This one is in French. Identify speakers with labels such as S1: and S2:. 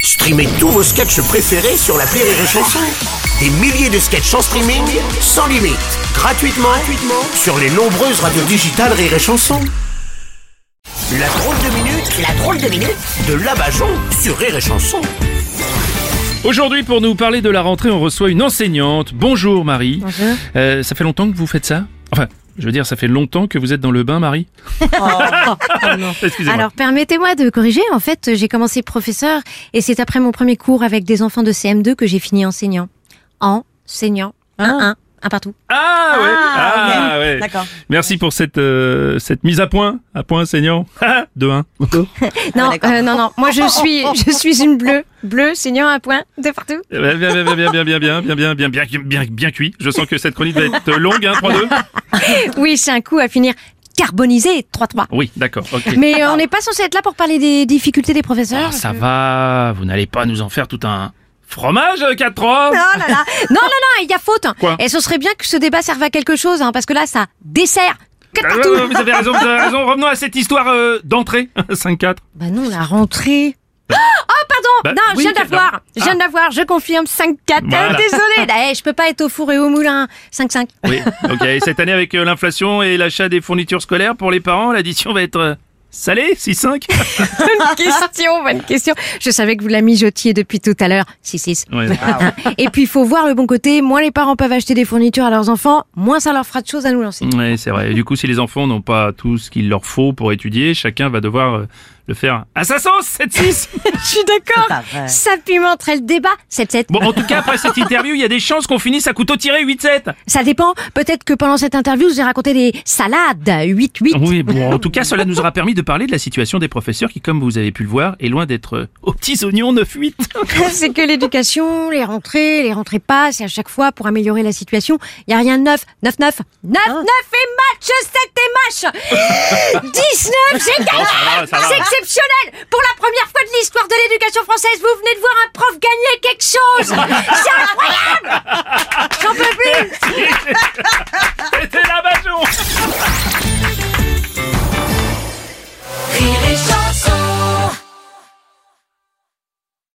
S1: Streamez tous vos sketchs préférés sur la Rire et Chanson. Des milliers de sketchs en streaming, sans limite, gratuitement, gratuitement sur les nombreuses radios digitales Rire et Chanson. La drôle de minute, la drôle de minute de Labajon sur Rire et Chanson.
S2: Aujourd'hui, pour nous parler de la rentrée, on reçoit une enseignante. Bonjour Marie. Euh, ça fait longtemps que vous faites ça Enfin, je veux dire, ça fait longtemps que vous êtes dans le bain, Marie Excusez-moi.
S3: Alors permettez-moi de corriger. En fait, j'ai commencé professeur et c'est après mon premier cours avec des enfants de CM2 que j'ai fini enseignant. Enseignant. Un, un, un partout.
S2: Ah ouais
S4: Ah,
S2: Ah, ouais.
S4: D'accord.
S2: Merci pour cette, euh, cette mise à point, à point saignant. Ah, de 1. Ah,
S3: Non,
S4: d'accord.
S3: euh, non, non. Moi, je suis, je suis une bleue, bleue, saignant un point de partout.
S2: Bien, Eh ben, bien, bien, bien, bien, bien, bien, bien, bien, bien, bien, bien, bien cuit. Je sens que cette chronique va être longue, hein, 3-2
S3: Oui, c'est un coup à finir carbonisé, 3-3.
S2: Oui, d'accord, ok.
S3: Mais euh, on n'est pas censé être là pour parler des difficultés des professeurs.
S2: Ah, ça va, vous n'allez pas nous en faire tout un fromage, euh, 4-3
S3: Oh là là. Non, non, non, il y a faute.
S2: Quoi
S3: et ce serait bien que ce débat serve à quelque chose, hein, parce que là, ça dessert. Que
S2: Ah,
S3: partout.
S2: Vous avez raison, vous avez raison. Revenons à cette histoire euh, d'entrée, 5-4.
S3: Bah non, la rentrée. Ah, oh,
S2: Bah,
S3: pardon Non,
S2: oui,
S3: je viens de la
S2: d'accord. Ah.
S3: voir Je viens de la voir, je confirme, 5-4. Eh,
S2: Voilà.
S3: Désolée, là, eh, je peux pas être au four et au moulin. 5-5.
S2: Oui, ok. Et Cette année, avec euh, l'inflation et l'achat des fournitures scolaires pour les parents, l'addition va être euh, salée, 6-5
S3: Bonne question, bonne question. Je savais que vous la mijotiez depuis tout à l'heure. 6-6.
S2: Ah Ouais.
S3: Et puis, il faut voir le bon côté. Moins les parents peuvent acheter des fournitures à leurs enfants, moins ça leur fera de choses à nous lancer.
S2: Ouais, c'est vrai. Et du coup, si les enfants n'ont pas tout ce qu'il leur faut pour étudier, chacun va devoir euh, le faire à sa sauce, 7-6
S3: Je suis d'accord.
S4: Pas vrai.
S3: Ça pimenterait le débat. 7-7.
S2: Bon, en tout cas, après cette interview, il y a des chances qu'on finisse à couteau tiré, 8-7
S3: Ça dépend. Peut-être que pendant cette interview, vous avez raconté des salades. 8-8.
S2: Oui, bon, en tout cas, cela nous aura permis de parler de la situation des professeurs qui, comme vous avez pu le voir, est loin d'être euh, aux petits oignons 9-8
S3: C'est que l'éducation, les rentrées, les rentrées passent, et à chaque fois, pour améliorer la situation, il n'y a rien de neuf. 9, 9, 9,
S2: Hein
S3: 9 et match, 7 et match 19, c'est gagné
S2: va, ça va.
S3: C'est exceptionnel Pour la première fois de l'histoire de l'éducation française, vous venez de voir un prof gagner quelque chose C'est incroyable J'en peux plus